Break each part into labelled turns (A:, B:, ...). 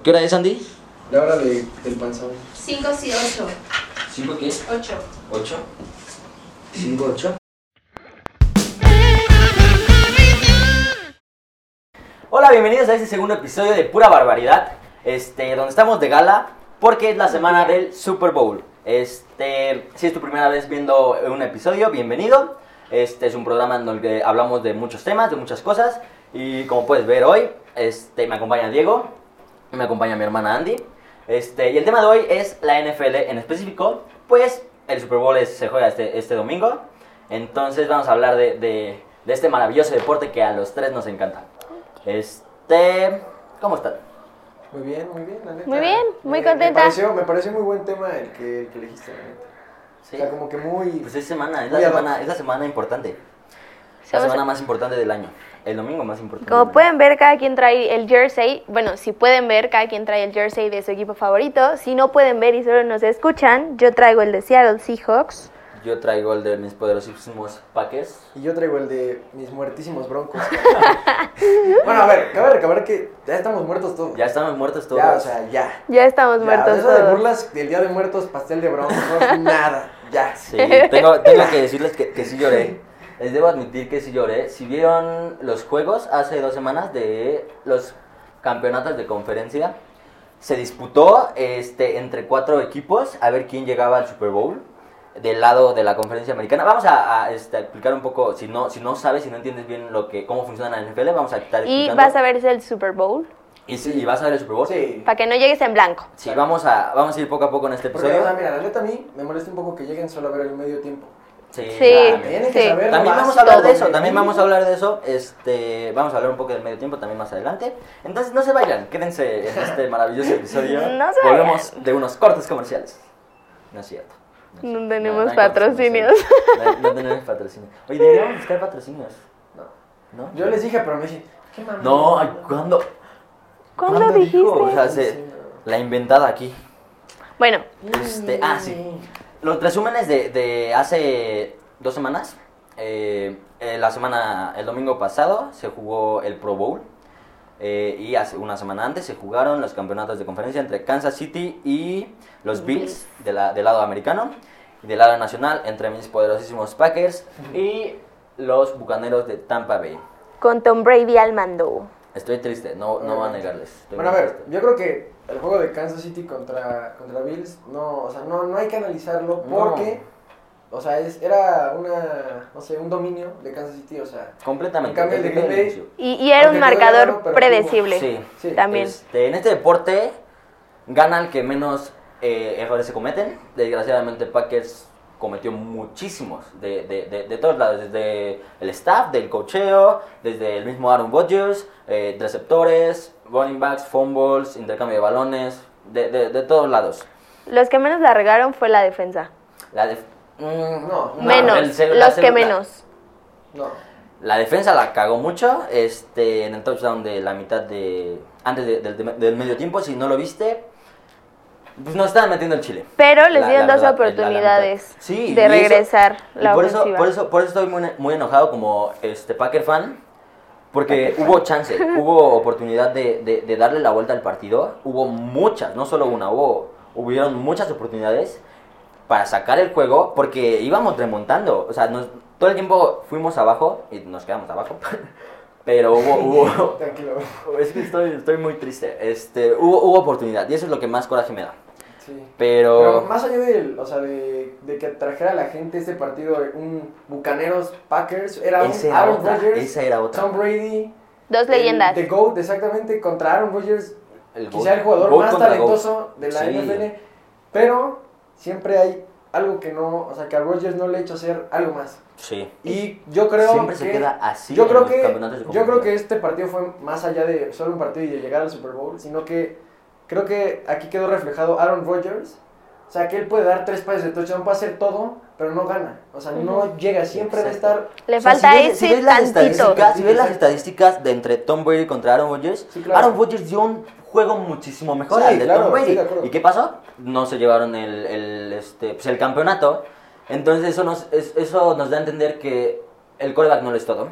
A: ¿Qué hora es, Andy?
B: La hora de, del panzón.
C: 5 sí, 8.
A: ¿Cinco qué?
C: 8.
A: ¿Ocho? ¿Cinco, ocho?
D: Hola, bienvenidos a este segundo episodio de Pura Barbaridad, este, donde estamos de gala porque es la semana del Super Bowl. Este, si es tu primera vez viendo un episodio, bienvenido. Este es un programa en el que hablamos de muchos temas, de muchas cosas. Y como puedes ver hoy, este, me acompaña Diego, me acompaña mi hermana Andy. Este, y el tema de hoy es la NFL en específico, pues el Super Bowl es- se juega este, este domingo. Entonces vamos a hablar de, de- de este maravilloso deporte que a los tres nos encanta. Este, ¿cómo están?
B: Muy bien, muy bien, la neta.
E: Muy bien, muy
B: Eh, Me
E: contenta.
B: pareció, me pareció muy buen tema el que, el que elegiste, la neta.
D: Sí.
B: O sea, como que muy.
D: Pues es semana, es la
B: Muy ad hoc.
D: semana, es la semana importante. La
E: Somos-
D: semana más importante del año. El domingo más importante. del
E: Como
D: año.
E: pueden ver, cada quien trae el jersey. Bueno, si pueden ver, cada quien trae el jersey de su equipo favorito. Si no pueden ver y solo nos escuchan, yo traigo el de Seattle Seahawks.
D: Yo traigo el de mis poderosísimos paques.
B: Y yo traigo el de mis muertísimos broncos. bueno, a ver, cabe recabar que ya estamos muertos todos.
D: Ya estamos muertos todos.
B: Ya, o sea, ya.
E: Ya estamos
B: Ya,
E: muertos
B: eso de
E: todos.
B: burlas del día de muertos, pastel de broncos, nada. Ya.
D: Sí, tengo, tengo que decirles que, que sí lloré. Les debo admitir que sí lloré. Si vieron los juegos hace dos semanas de los campeonatos de conferencia, se disputó este, entre cuatro equipos a ver quién llegaba al Super Bowl del lado de la conferencia americana. Vamos a, a, este, a explicar un poco, si no, si no sabes, si no entiendes bien lo que, cómo funciona la NFL, vamos a estar
E: Y
D: explicando.
E: vas a ver es el Super Bowl.
D: Y, sí, y vas a ver el Super Bowl.
B: Sí.
E: Para que no llegues en blanco.
D: Sí, vamos a, vamos a ir poco a poco en este
B: Porque, o sea,
D: episodio.
B: mira, la neta a mí me molesta un poco que lleguen solo a ver el medio tiempo.
D: Sí,
E: Sí.
D: ya,
B: Tienen que
E: Sí.
B: saber.
D: También
B: más
D: vamos a hablar
B: todo,
D: de eso,
B: güey.
D: también vamos a hablar de eso. Este, vamos a hablar un poco del medio tiempo también más adelante. Entonces no se vayan, quédense en este maravilloso episodio.
E: No se
D: Volvemos de unos cortes comerciales. No es cierto. es
E: No
D: cierto.
E: tenemos
D: hay cortes
E: patrocinios.
D: comerciales. No, no tenemos patrocinios. Oye, deberíamos buscar patrocinios. No. ¿No?
B: Yo les dije, pero me dije, ¿qué mamá?
D: No, ay, ¿cuándo?
E: ¿Cuándo,
D: ¿Cuándo
E: dijiste?
D: dijo? O sea,
B: Sí,
D: se-
B: no.
D: la inventada aquí.
E: Bueno,
D: Este, ah, sí. Los resúmenes de, de hace dos semanas. eh, eh, la semana, el domingo pasado se jugó el Pro Bowl. eh, y hace una semana antes se jugaron los campeonatos de conferencia entre Kansas City y los Bills de la- del lado americano. Y del lado nacional entre mis poderosísimos Packers y los Bucaneros de Tampa Bay.
E: con Tom Brady al mando.
D: Estoy triste, no, no voy a negarles. estoy
B: Bueno, a
D: muy
B: ver,
D: triste.
B: yo creo que el juego de Kansas City contra, contra Bills, no, o sea, no, no hay que analizarlo
D: No.
B: porque, o sea, es, era una, no sé, un dominio de Kansas City, o sea,
D: Completamente.
B: En cambio, el de
D: desde
B: Green Bay-
D: inicio.
E: Y, y era
B: Aunque
E: un
B: no era
E: marcador
B: bueno, pero
E: predecible.
D: Sí.
B: sí.
E: También.
D: Este, en este deporte gana el que menos eh, errores se cometen. Desgraciadamente Packers cometió muchísimos de, de- de- de todos lados, desde el staff, del cocheo, desde el mismo Aaron Rodgers, eh, receptores, running backs, fumbles, intercambio de balones, de, de- de todos lados.
E: Los que menos la regaron fue la defensa.
D: La def- mm,
B: No, no,
E: menos,
D: el cel- la
E: los que
D: cel- la-
E: menos.
B: no.
D: La defensa la cagó mucho este, en el touchdown de la mitad de. antes de- del- del medio tiempo. Si no lo viste, pues no estaban metiendo el chile.
E: Pero les
D: La-
E: dieron
D: la
E: dos
D: verdad,
E: oportunidades
D: la- la- sí, y
E: de
D: eso-
E: regresar
D: y
E: la
D: por
E: ofensiva.
D: Eso, por, eso, por eso estoy muy, muy enojado como este Packer fan, porque hubo chance, hubo oportunidad de, de- de darle la vuelta al partido. Hubo muchas, no solo una, hubo, hubieron muchas oportunidades para sacar el juego porque íbamos remontando. O sea, nos- todo el tiempo fuimos abajo y nos quedamos abajo. Pero hubo, hubo,
B: Tranquilo.
D: es que estoy, estoy muy triste. Este, hubo, hubo oportunidad y eso es lo que más coraje me da.
B: Sí.
D: Pero,
B: Pero más allá del, o sea, de, de que atrajera a la gente este partido, eh, un Bucaneros Packers, era un
D: esa, era
B: Aaron
D: otra,
B: Rodgers,
D: esa era otra.
B: Tom Brady,
E: Dos
B: el-
E: leyendas.
B: The GOAT, exactamente, contra Aaron Rodgers,
D: El
B: quizá el jugador más talentoso de la NFL, pero siempre hay algo que no, o sea, que a Rodgers no le he hecho hacer algo más.
D: Sí.
B: Y yo creo
D: Siempre
B: que
D: se queda así.
B: yo
D: en
B: creo
D: los campeonatos de
B: que yo creo que
D: conferencia.
B: este partido fue más allá de solo un partido y de llegar al Super Bowl, sino que creo que aquí quedó reflejado Aaron Rodgers. O sea, que él puede dar tres pases de touchdown, puede hacer todo, pero no gana. O sea, no llega, siempre va a estar...
E: Le
D: O sea,
E: falta
D: si ves- si
E: ese
D: ves las
E: tantito.
D: estadísticas- Si ves las
B: Exacto.
D: estadísticas de entre Tom Brady contra Aaron Rodgers,
B: Sí, claro.
D: Aaron Rodgers dio un juego muchísimo mejor
B: Sí,
D: al de
B: claro,
D: Tom
B: sí,
D: Brady.
B: de acuerdo.
D: ¿Y qué pasó? No se llevaron el, el, este, pues, el campeonato. Entonces eso nos, es- eso nos da a entender que el coreback no lo es todo.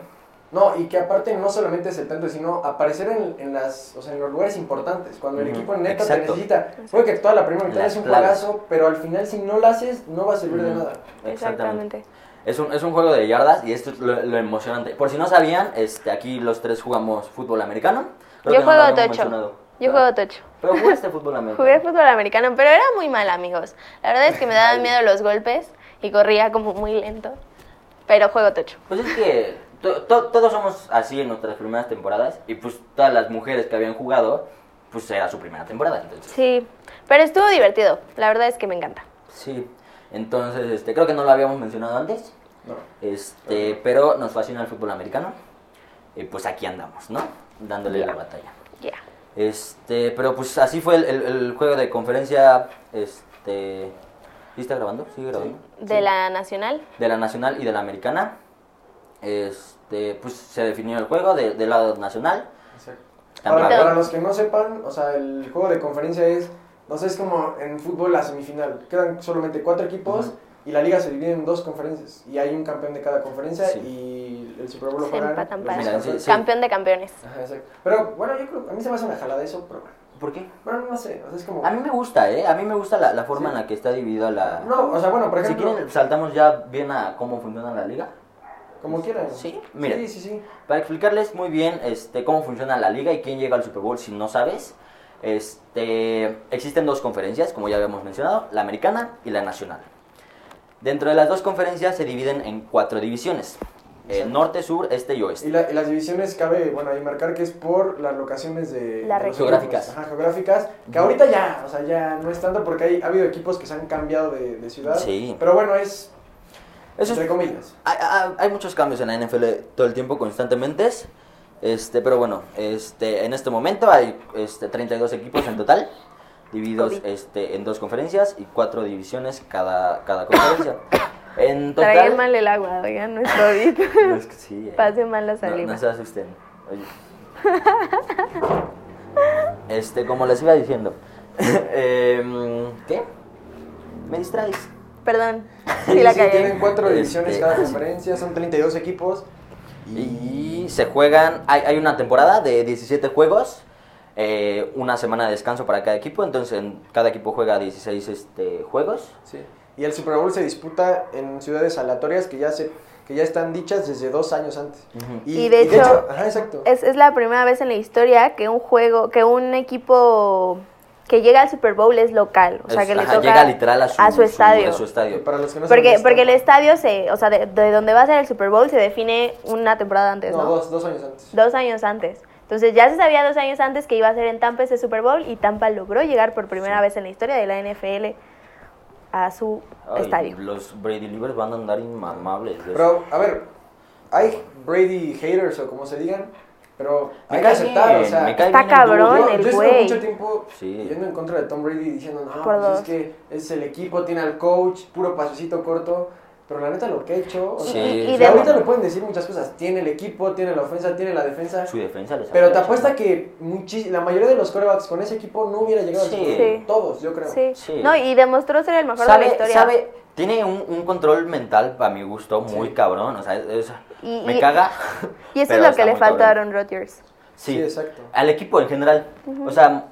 B: No, y que aparte no solamente es el tanto, sino aparecer en, en las, o sea, en los lugares importantes, cuando el
D: Ujú,
B: equipo neta te
D: exacto.
B: necesita. Puede que toda la primera mitad
D: Las
B: es un
D: claves.
B: juegazo, pero al final si no la haces, no va a servir de
D: Ujú.
B: nada.
E: Exactamente.
D: Es un, es un juego de yardas y esto es lo, lo emocionante. Por si no sabían, este, aquí los tres jugamos fútbol americano.
E: Yo
D: que no lo
E: juego
D: habíamos
E: tocho.
D: mencionado.
E: Yo juego tocho.
D: Pero jugaste fútbol americano.
E: Jugué fútbol americano, pero era muy mal, amigos. La verdad es que me daban miedo los golpes y corría como muy lento. Pero juego tocho.
D: Pues es que to- to- todos somos así en nuestras primeras temporadas y pues todas las mujeres que habían jugado, pues era su primera temporada. Entonces,
E: Sí, pero estuvo divertido. La verdad es que me encanta.
D: sí. Entonces, este, creo que no lo habíamos mencionado antes,
B: No.
D: este, pero nos fascina el fútbol americano y pues aquí andamos, ¿no? Dándole la batalla.
E: Ya.
D: Este, pero pues así fue el, el- el juego de conferencia, este, ¿sí está grabando? ¿Sigue grabando?
E: De la nacional.
D: de la nacional y de la americana. Este, pues se definió el juego de- del lado nacional.
B: Exacto. Para,
D: También-
E: Ahorita-
B: para los que no sepan, o sea, el juego de conferencia es, no sé, es como en fútbol la semifinal. Quedan solamente cuatro equipos
D: Ujú.
B: y la liga se divide en dos conferencias. Y hay un campeón de cada conferencia
D: Sí.
B: y el Super Bowl lo
E: Se
B: juegan
E: empatan
B: los
E: para-
B: dos
D: Mira,
B: campeones.
D: Sí.
E: Campeón de campeones.
B: Ajá, exacto. Pero bueno, yo creo, a mí se me hace una jalada eso, pero bueno.
D: ¿Por qué?
B: Bueno, no sé, o sea, es como...
D: A mí me gusta, ¿eh? A mí me gusta la, la forma
B: Sí.
D: en la que está dividida la...
B: No, o sea, bueno, por
D: si
B: ejemplo,
D: quieren, saltamos ya bien a cómo funciona la liga.
B: como quieran.
D: pues, Sí, mira.
B: Sí, sí, sí.
D: Para explicarles muy bien este, cómo funciona la liga y quién llega al Super Bowl, si no sabes, este, existen dos conferencias, como ya habíamos mencionado, la americana y la nacional. Dentro de las dos conferencias se dividen en cuatro divisiones, eh,
B: Exacto.
D: norte, sur, este y oeste.
B: Y, la- y las divisiones cabe, bueno, ahí marcar que es por las locaciones de...
E: La
B: de
D: región.
B: los
D: Geográficas.
B: equipos. Ajá, geográficas, que ahorita ya, o sea, ya no es tanto porque hay, ha habido equipos que se han cambiado de, de ciudad.
D: Sí.
B: Pero bueno, es,
D: Eso es-
B: entre comillas.
D: Hay, hay- hay muchos cambios en la NFL todo el tiempo, constantemente. Este, pero bueno, este, en este momento hay este, 32 equipos en total, divididos
E: Covid.
D: este, en dos conferencias y cuatro divisiones cada, cada conferencia. En total,
E: Traigan mal el agua, oigan, no es COVID.
D: No, es que sí, eh.
E: Pase mal la
D: No-
E: saliva.
D: No, se asusten. Oye. Este, como les iba diciendo. em, ¿Qué? ¿Me distraes?
E: Perdón, sí la
B: tienen
E: cagué.
B: cuatro
D: Este-
B: divisiones cada conferencia, son 32 equipos.
D: Y se juegan, hay, hay una temporada de 17 juegos, eh, una semana de descanso para cada equipo, entonces en- cada equipo juega 16 este, juegos.
B: Sí. Y el Super Bowl se disputa en ciudades aleatorias que ya se que ya están dichas desde dos años antes.
D: Ujú.
E: Y de hecho,
B: ajá, exacto.
E: Es, es la primera vez en la historia que un juego, que un equipo que llega al Super Bowl es local. O sea,
D: Es-
E: que le
D: ajá,
E: toca
D: llega literal a su,
E: a su estadio.
D: a su estadio.
B: Para los que no
E: Porque,
B: saben,
E: porque el
B: está-
E: estadio se, o sea, de, de donde va a ser el Super Bowl se define una temporada antes, ¿no?
B: No, dos, dos años antes.
E: Dos años antes. Entonces ya se sabía dos años antes que iba a ser en Tampa ese Super Bowl y Tampa logró llegar por primera vez en la historia de la NFL a su
D: Ay,
E: estadio.
D: Los Brady Libres van a andar inmamables. Dios.
B: Pero, a ver, hay Brady haters o como se digan, pero
D: Me
B: hay que
D: cae
B: aceptar,
D: bien,
B: o sea...
D: me cae
E: Está
D: bien el dude.
E: cabrón,
B: Yo,
E: el
B: yo estuve
E: güey.
B: mucho tiempo
D: Sí.
B: yendo en contra de Tom Brady diciendo, no,
E: Por
B: pues
E: dos.
B: es que es el equipo, tiene al coach, puro pasecito corto, pero la neta lo que ha hecho... o
D: Sí,
B: sea,
E: y- y
B: y
E: de-
B: ahorita lo pueden decir muchas cosas, tiene el equipo, tiene la ofensa, tiene la defensa,
D: Su defensa les
B: pero te
D: aprecia.
B: apuesta que muchis- la mayoría de los corebacks con ese equipo no hubiera llegado
D: Sí.
B: a
E: Sí.
B: todos, yo creo.
E: Sí.
D: Sí.
E: No, y demostró ser el mejor de la
D: sabe,
E: historia.
D: sabe- tiene un, un control mental, para mi gusto, muy cabrón. O sea, es- es-
E: Y-
D: me
E: y-
D: caga.
E: Y
D: pero
E: eso es lo
D: está
E: que le
D: muy
E: falta a
D: cabrón.
E: Aaron Rodgers.
D: Sí,
B: Sí, exacto.
D: Al equipo en general. O sea,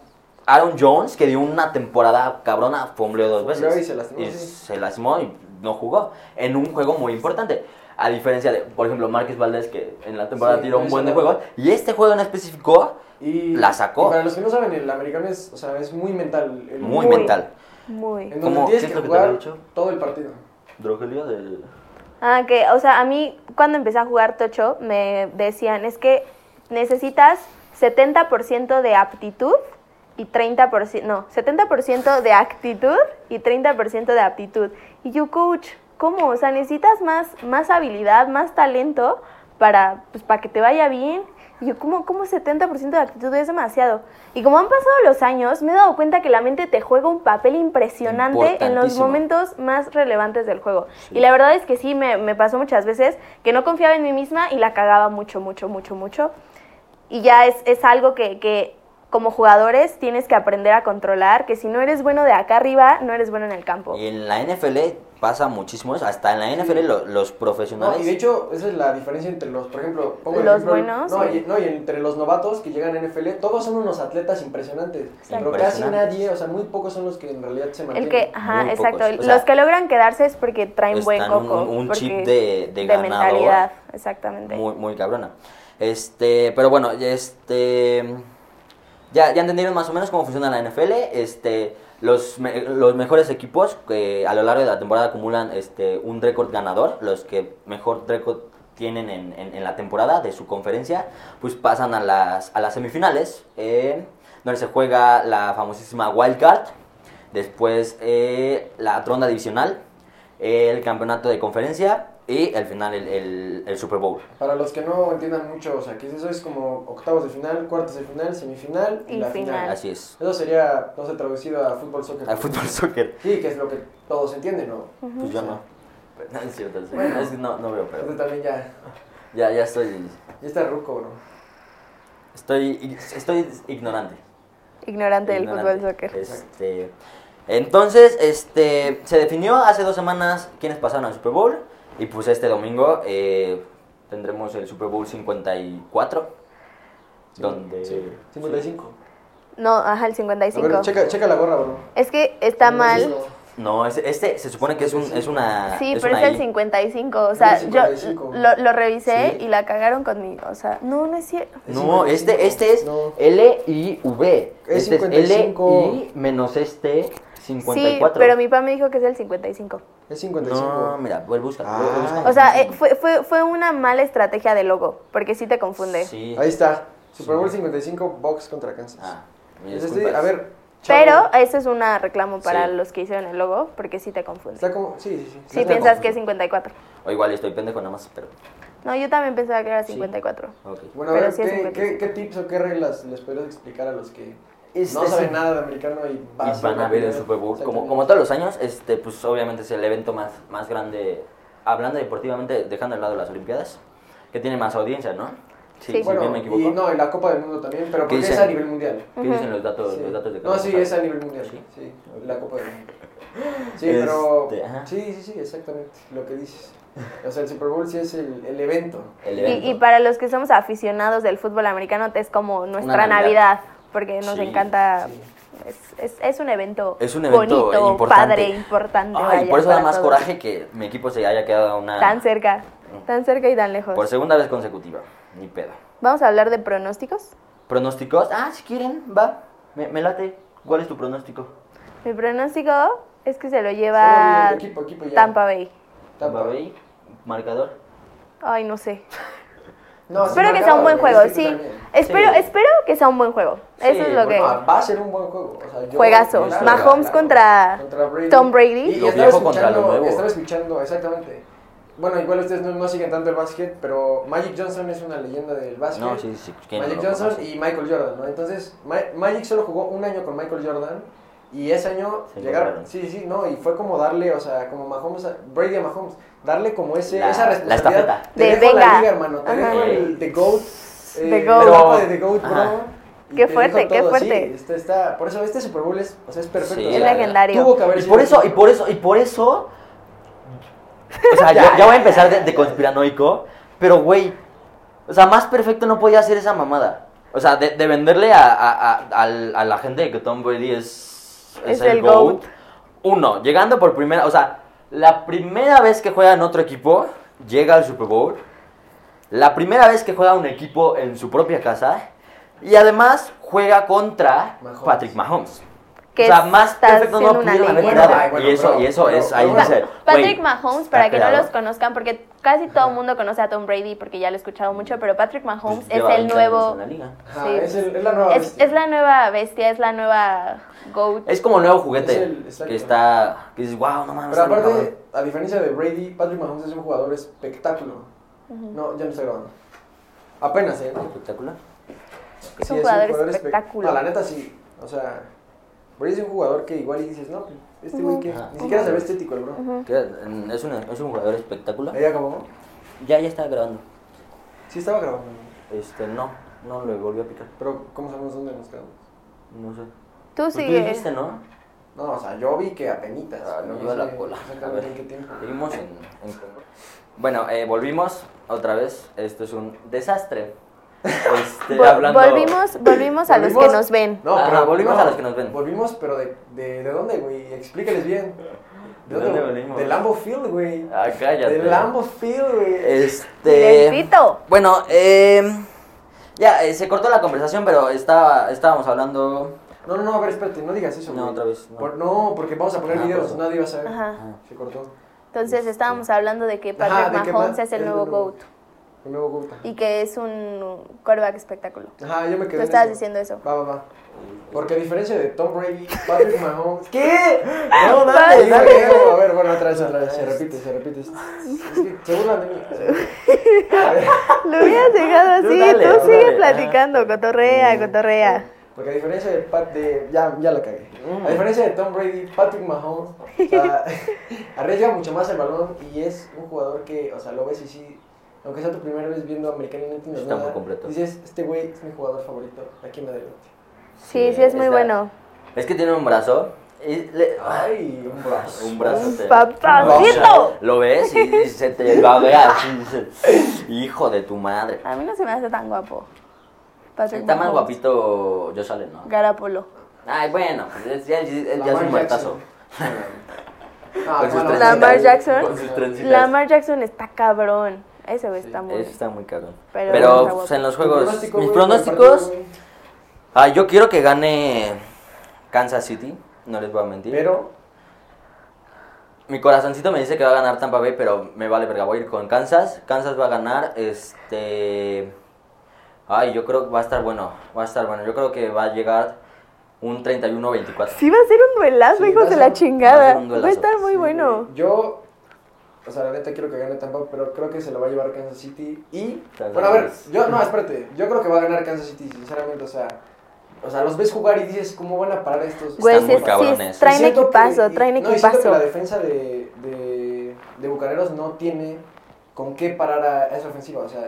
D: Aaron Jones, que dio una temporada cabrona, fombleó dos
B: Fombleó
D: veces.
B: y se lastimó,
D: Y
B: sí.
D: se lastimó y no jugó. En un juego muy importante. A diferencia de, por ejemplo, Márquez Valdés, que en la temporada
B: Sí,
D: tiró un
B: no
D: buen de
B: hizo nada.
D: juego. Y este juego en específico
B: Y
D: La sacó.
B: y para los que no saben, el americano es, o sea, es muy mental. el-
D: muy,
E: Muy.
D: mental.
E: Muy.
B: En
D: ¿Cómo?
B: donde tienes
D: ¿Qué es
B: que
D: lo que te
B: jugar
D: había dicho?
B: todo el partido.
D: Drogelio del...
E: Ah, que, o sea, a mí cuando empecé a jugar tocho me decían, es que necesitas 70% de aptitud y 30%, no, 70% de actitud y 30% de aptitud. Y yo, coach, ¿cómo? O sea, necesitas más, más habilidad, más talento para, pues, para que te vaya bien. Y yo, ¿cómo, cómo 70% de actitud es demasiado? Y como han pasado los años, me he dado cuenta que la mente te juega un papel impresionante en los
D: Importantísimo.
E: momentos momentos más relevantes del juego. Y la verdad es que sí, me, me pasó muchas veces que no confiaba en mí misma y la cagaba mucho, mucho, mucho, mucho. Y ya es, es algo que, que como jugadores tienes que aprender a controlar, que si no eres bueno de acá arriba, no eres bueno en el campo.
D: Y en la NFL pasa muchísimo eso. Hasta en la NFL lo- los profesionales.
B: No, y de hecho, esa es la diferencia entre los, por ejemplo, el
E: Los
B: ejemplo-
E: buenos,
B: No, y,
E: sí.
B: no, y entre los novatos que llegan a NFL, todos son unos atletas impresionantes. Pero casi
D: Impresionantes.
B: nadie, o sea, muy pocos son los que en realidad se
E: El
B: mantienen.
E: que, ajá,
D: Muy
E: exacto.
D: pocos, o sea,
E: los que logran quedarse es porque traen buen
D: están un-
E: coco.
D: un- un
E: porque-
D: chip de- de ganador.
E: mentalidad, exactamente.
D: muy, muy cabrona. Este, pero bueno, este. Ya, ya entendieron más o menos cómo funciona la NFL. Este, los, me- los mejores equipos que a lo largo de la temporada acumulan este, un récord ganador, los que mejor récord tienen en, en- en la temporada de su conferencia, pues pasan a las, a las semifinales, eh, donde se juega la famosísima Wild Card, después eh, la ronda divisional, el campeonato de conferencia y al final el, el- el Super Bowl.
B: Para los que no entiendan mucho, o sea, que eso es como octavos de final, cuartos de final, semifinal y,
E: Y
B: la
E: final.
B: final.
D: Así es.
B: Eso sería, no sé, traducido a fútbol, soccer.
D: Al fútbol soccer.
B: Sí, que es lo que todos entienden, ¿no?
D: Pues yo no. Pero No, es cierto, es cierto. Es que no, no veo,
B: Entonces
D: pero
B: también ya,
D: ya, ya estoy,
B: ya está ruco, ¿no?
D: estoy, estoy ignorante.
E: Ignorante del
D: Ignorante.
E: fútbol soccer.
D: Este, entonces, este, se definió hace dos semanas quiénes pasaron al Super Bowl y pues este domingo eh, tendremos el Super Bowl 54, donde...
B: Sí, 55.
E: No, ajá, el
B: A ver,
E: 55.
B: checa, checa la gorra, bro.
E: Es que está mal.
D: No, es- este se supone que es, un, es una...
E: Sí,
D: Ah, es
E: pero
D: una
E: es el
D: I.
E: 55. O sea,
B: Es el
E: yo
B: 55.
E: lo, lo revisé
D: Sí.
E: y la cagaron conmigo. O sea, no, no es cierto.
B: Es
D: No,
B: 55.
D: este, este es
B: No.
D: L-I-V.
B: Es
D: este
B: 55.
D: es L-I menos este
E: Sí,
D: 54.
E: pero mi papá me dijo que es el 55.
B: Es 55.
D: No, mira, vuelve a buscar. vuelve a buscar.
B: Ah,
E: O sea, eh, fue, fue, fue una mala estrategia de logo, porque sí te confunde.
D: Sí.
B: Ahí está. Super Bowl 55, Box contra Kansas.
D: Ah, me
B: Entonces,
D: disculpas.
B: sí, este, a ver.
E: Pero
B: chavo,
E: eso es una reclamo para
D: Sí.
E: los que hicieron el logo, porque sí te confunde.
B: Está como. Sí, sí, sí.
E: Sí,
B: Está-
E: piensas
D: confuso.
E: que es 54.
D: O igual estoy pendejo nada más, pero...
E: No, yo también pensaba que era 54.
D: ok.
B: Bueno, a
E: pero
B: ver,
E: sí es
B: ¿qué, qué,
E: 55.
B: qué tips o qué reglas les podrías explicar a los que
D: Este
B: no saben
D: sí.
B: nada de americano y,
D: Y van a ver el Super Bowl. Como, como todos los años, este, pues obviamente es el evento más, más grande, hablando deportivamente, dejando de lado las Olimpiadas, que tiene más audiencia, ¿no? Sí,
E: Sí.
D: si
B: Bueno,
D: bien me equivoco.
B: y no, y la Copa del Mundo también, pero
D: ¿Qué
B: porque es
D: dicen?
B: a nivel mundial.
D: ¿Qué dicen los datos,
B: Sí.
D: los datos de
B: No,
D: cada
B: sí,
D: cosa?
B: es a nivel mundial.
D: Sí.
B: Sí, la Copa del Mundo. Sí, pero.
D: Este, ajá.
B: Sí, sí, sí, exactamente. Lo que dices. O sea, el Super Bowl sí es el, el evento.
D: El evento.
E: Y, y para los que somos aficionados del fútbol americano, es como nuestra
D: Navidad.
E: Navidad, porque nos
D: Sí,
E: encanta.
B: sí.
E: Es, es- es un evento
D: Es un evento
E: bonito,
D: importante.
E: padre, importante.
D: Ay,
E: vaya,
D: por eso da
E: para
D: más
E: todos.
D: coraje que mi equipo se haya quedado a una.
E: Tan cerca, tan cerca y tan lejos.
D: Por segunda vez consecutiva. Ni pedo.
E: Vamos a hablar de pronósticos.
D: ¿Pronósticos? Ah, si quieren, va. Me, me late. ¿Cuál es tu pronóstico?
E: Mi pronóstico es que se lo
B: Solo
E: lleva
B: el equipo, equipo ya.
E: Tampa Bay.
B: Tampa.
D: Bay, marcador.
E: Ay, no sé.
B: No, sí,
E: Espero que
B: marcador,
E: sea un buen
B: güey,
E: juego,
B: sí,
E: sí.
B: también.
E: Espero,
D: Sí.
E: espero que sea un buen juego. Eso
D: Sí,
E: es lo que.
D: bueno,
B: No, va a ser un buen juego. O sea, yo-
E: Juegazo.
B: claro,
E: Mahomes
B: claro.
E: contra Tom Brady.
B: Y,
D: Lo
B: estaba
D: viejo contra
B: escuchando-
D: lo nuevo.
B: Estaba escuchando, exactamente. Bueno, igual ustedes no, no siguen tanto el básquet, pero Magic Johnson es una leyenda del básquet.
D: No, sí, sí. ¿quién no
B: Magic
D: lo
B: Johnson
D: conoce?
B: y Michael Jordan, ¿no? Entonces, Ma- Magic solo jugó un año con Michael Jordan y ese año
D: Se
B: llegaron.
D: encontraron.
B: Sí, sí, no, y fue como darle, o sea, como Mahomes, a- Brady a Mahomes, darle como ese,
D: La-
B: esa
D: la
B: responsabilidad.
D: estafeta.
B: Te
E: De
B: dejo la
E: venga.
B: liga, hermano, te
E: Ajá.
B: dejo el The GOAT. eh,
E: The GOAT.
B: La etapa de The GOAT, bro.
D: Ajá.
B: y
E: Qué
B: te dejo
E: fuerte, qué
B: todo,
E: fuerte.
B: Sí, está, está- por eso este Super Bowl es, o sea, es perfecto.
D: Sí,
B: o
E: Es
B: sea,
D: la-
E: legendario.
B: Tuvo que haber
D: Y
B: sido
D: por eso,
B: así.
D: y por eso, y por eso. O sea, ya, ya voy a empezar de, de conspiranoico, pero güey. O sea, más perfecto no podía hacer esa mamada. O sea, de, de venderle a, a- a- al- a la gente de que Tom Brady es,
E: Es el GOAT.
D: Uno, llegando por primera. O sea, la primera vez que juega en otro equipo, llega al Super Bowl. La primera vez que juega un equipo en su propia casa. Y además juega contra
B: Mahomes.
D: Patrick Mahomes.
E: que
D: o sea, más
E: está
D: perfecto no pues,
E: siendo una
D: pudieron haber
E: leyenda.
D: quedado.
B: Ay, bueno,
D: y eso,
B: pero-
D: y eso
B: pero-
D: es ahí
B: pero-
D: dice,
E: Pa- Patrick
D: güey,
E: Mahomes,
D: está
E: para que no
D: creado.
E: los conozcan, porque casi todo el mundo conoce a Tom Brady porque ya lo he escuchado mucho, pero Patrick Mahomes
D: Pues
E: es
D: lleva
E: el
D: 20 años
E: nuevo. Ah,
D: en la liga.
B: Ajá,
E: sí.
B: es, el- es la nueva.
E: Es,
B: bestia.
E: es la nueva bestia, es la nueva GOAT.
D: Es como el nuevo juguete
B: Es el- exacto.
D: que está que dices, "Wow, no mames."
B: Pero
D: está muy
B: aparte,
D: cabrón".
B: a diferencia de Brady, Patrick Mahomes es un jugador espectáculo. No, ya no estoy grabando. Apenas, ¿eh?
D: espectacular.
E: Es un jugador
B: espe-
E: espectáculo.
B: No, la neta sí. O sea, Brady es un jugador que igual y dices, no, este güey que
D: Ajá.
B: ni siquiera se ve estético el bro.
D: Que, mm, Es un es un jugador espectacular.
B: Ahí acabó.
D: Ya ya estaba grabando.
B: Sí estaba grabando.
D: Este, no, no le volvió a picar.
B: Pero, ¿cómo sabemos dónde nos quedamos?
D: No sé.
E: Tú
D: Pues
E: sigue.
D: dijiste, ¿no?
B: No, o sea, yo vi que apenitas.
D: Ah, no,
B: pero no
D: yo a la
B: sé
D: cola.
B: exactamente
D: A
B: en
D: ver.
B: qué tiempo.
D: Seguimos en, en- Bueno, eh, volvimos otra vez. Esto es un desastre. Este,
E: Vol-
D: hablando...
E: volvimos, volvimos a los que
B: Volvimos-
E: nos ven.
B: No,
D: Ajá,
B: pero
D: volvimos
B: no,
D: a los que nos ven.
B: Volvimos, pero de, de, ¿de dónde, güey? Explícales bien.
D: ¿De dónde volvimos?
B: De Lambo Field, güey.
D: Ah, cállate.
B: De Lambo Field, güey.
D: Este.
E: Del pito.
D: Bueno, eh, ya eh, se cortó la conversación, pero estaba, estábamos hablando.
B: No, no, no, a ver, espérate, no digas eso,
D: No,
B: güey.
D: otra vez, no.
B: Por- no, porque vamos a poner
D: Ah, por
B: videos,
D: eso.
B: nadie va a saber.
E: Ajá.
B: Se cortó.
E: Entonces estábamos hablando de que
B: Ah, Ajá,
E: Patrick
B: de que
E: Mahomes
B: Ma-
E: es el
B: es
E: nuevo
B: el nuevo.
E: GOAT
B: El nuevo Guta.
E: y que es un quarterback espectáculo.
B: Ajá, yo me quedé.
E: Tú
B: en
E: estabas
B: eso.
E: diciendo eso.
B: Va, va, va. Porque a diferencia de Tom Brady, Patrick Mahomes. ¿Qué?
E: Ah,
D: No,
B: Sí,
D: dale,
B: güey,
D: dale.
B: A ver, bueno, otra vez, otra vez. Se repite, se repite. Es que se burlan de mí. A ver.
E: Lo hubieras dejado
D: Tú
E: así,
D: dale,
E: tú
D: tú
E: sigue
D: dale.
E: platicando, cotorrea, cotorrea.
B: Eh, Porque a diferencia de Pat de. Ya, ya la cagué.
D: Mm.
B: A diferencia de Tom Brady, Patrick Mahomes o sea, arriesga mucho más el balón y es un jugador que, o sea, lo ves y sí. Aunque sea tu primera vez viendo americano y no entiendes
D: Está muy
B: nada,
D: completo.
B: dices, este güey es mi jugador favorito, aquí me adelante.
E: Sí, sí, es muy
D: está-
E: bueno.
D: Es que tiene un brazo. y le-
B: Ay, Uh, un brazo.
D: un brazo.
E: Un
D: te-
E: papacito.
D: ¿Lo ves? Y, y se te babea. así. Hijo de tu madre.
E: A mí no se me hace tan guapo. Patrick
D: Está más
E: Mahomes.
D: guapito yo sale, ¿no?
E: Garapolo.
D: Ay, bueno, pues, es- ya, ya- ya es
B: Lamar
D: un muertazo.
B: Jackson. Ah,
D: Con sus
B: bueno,
D: trencitas.
E: Lamar Jackson.
D: Con sus trencitas.
E: Lamar Jackson está cabrón. Ese güey está muy.
D: Eso está muy cabrón.
E: Pero
D: Pero,
E: no está
D: pues,
E: guapo.
D: en los
B: Tu
D: juegos,
B: pronóstico,
D: mis
B: güey, para el
D: pronósticos,
B: partido, güey.
D: ah, yo quiero que gane Kansas City, no les voy a mentir.
B: Pero,
D: Mi corazoncito me dice que va a ganar Tampa Bay, pero me vale verga, voy a ir con Kansas. Kansas va a ganar, este... Ay, yo creo que va a estar bueno, va a estar bueno. Yo creo que va a llegar un 31-24.
E: Sí, va a ser un duelazo,
B: Sí,
E: hijos
B: va a
E: de
B: ser-
E: la
D: va a
E: chingada.
D: ser un
E: Va a
D: duelazo.
E: estar muy
B: sí,
E: bueno.
B: güey, Yo, o sea, la neta quiero que gane Tampa, pero creo que se lo va a llevar Kansas City. Y,
D: Tal
B: bueno, a ver,
D: vez.
B: yo, no, espérate. Yo creo que va a ganar Kansas City, sinceramente, o sea. O sea, los ves jugar y dices, ¿cómo van a parar estos?
E: Güey,
D: Están
E: sí,
D: muy
E: sí,
D: cabrones.
E: traen
B: Siento que-
E: equipazo,
B: y-
E: traen
B: no, y siento que
E: equipazo.
B: la defensa de, de, de Bucaneros no tiene con qué parar a esa ofensiva, o sea.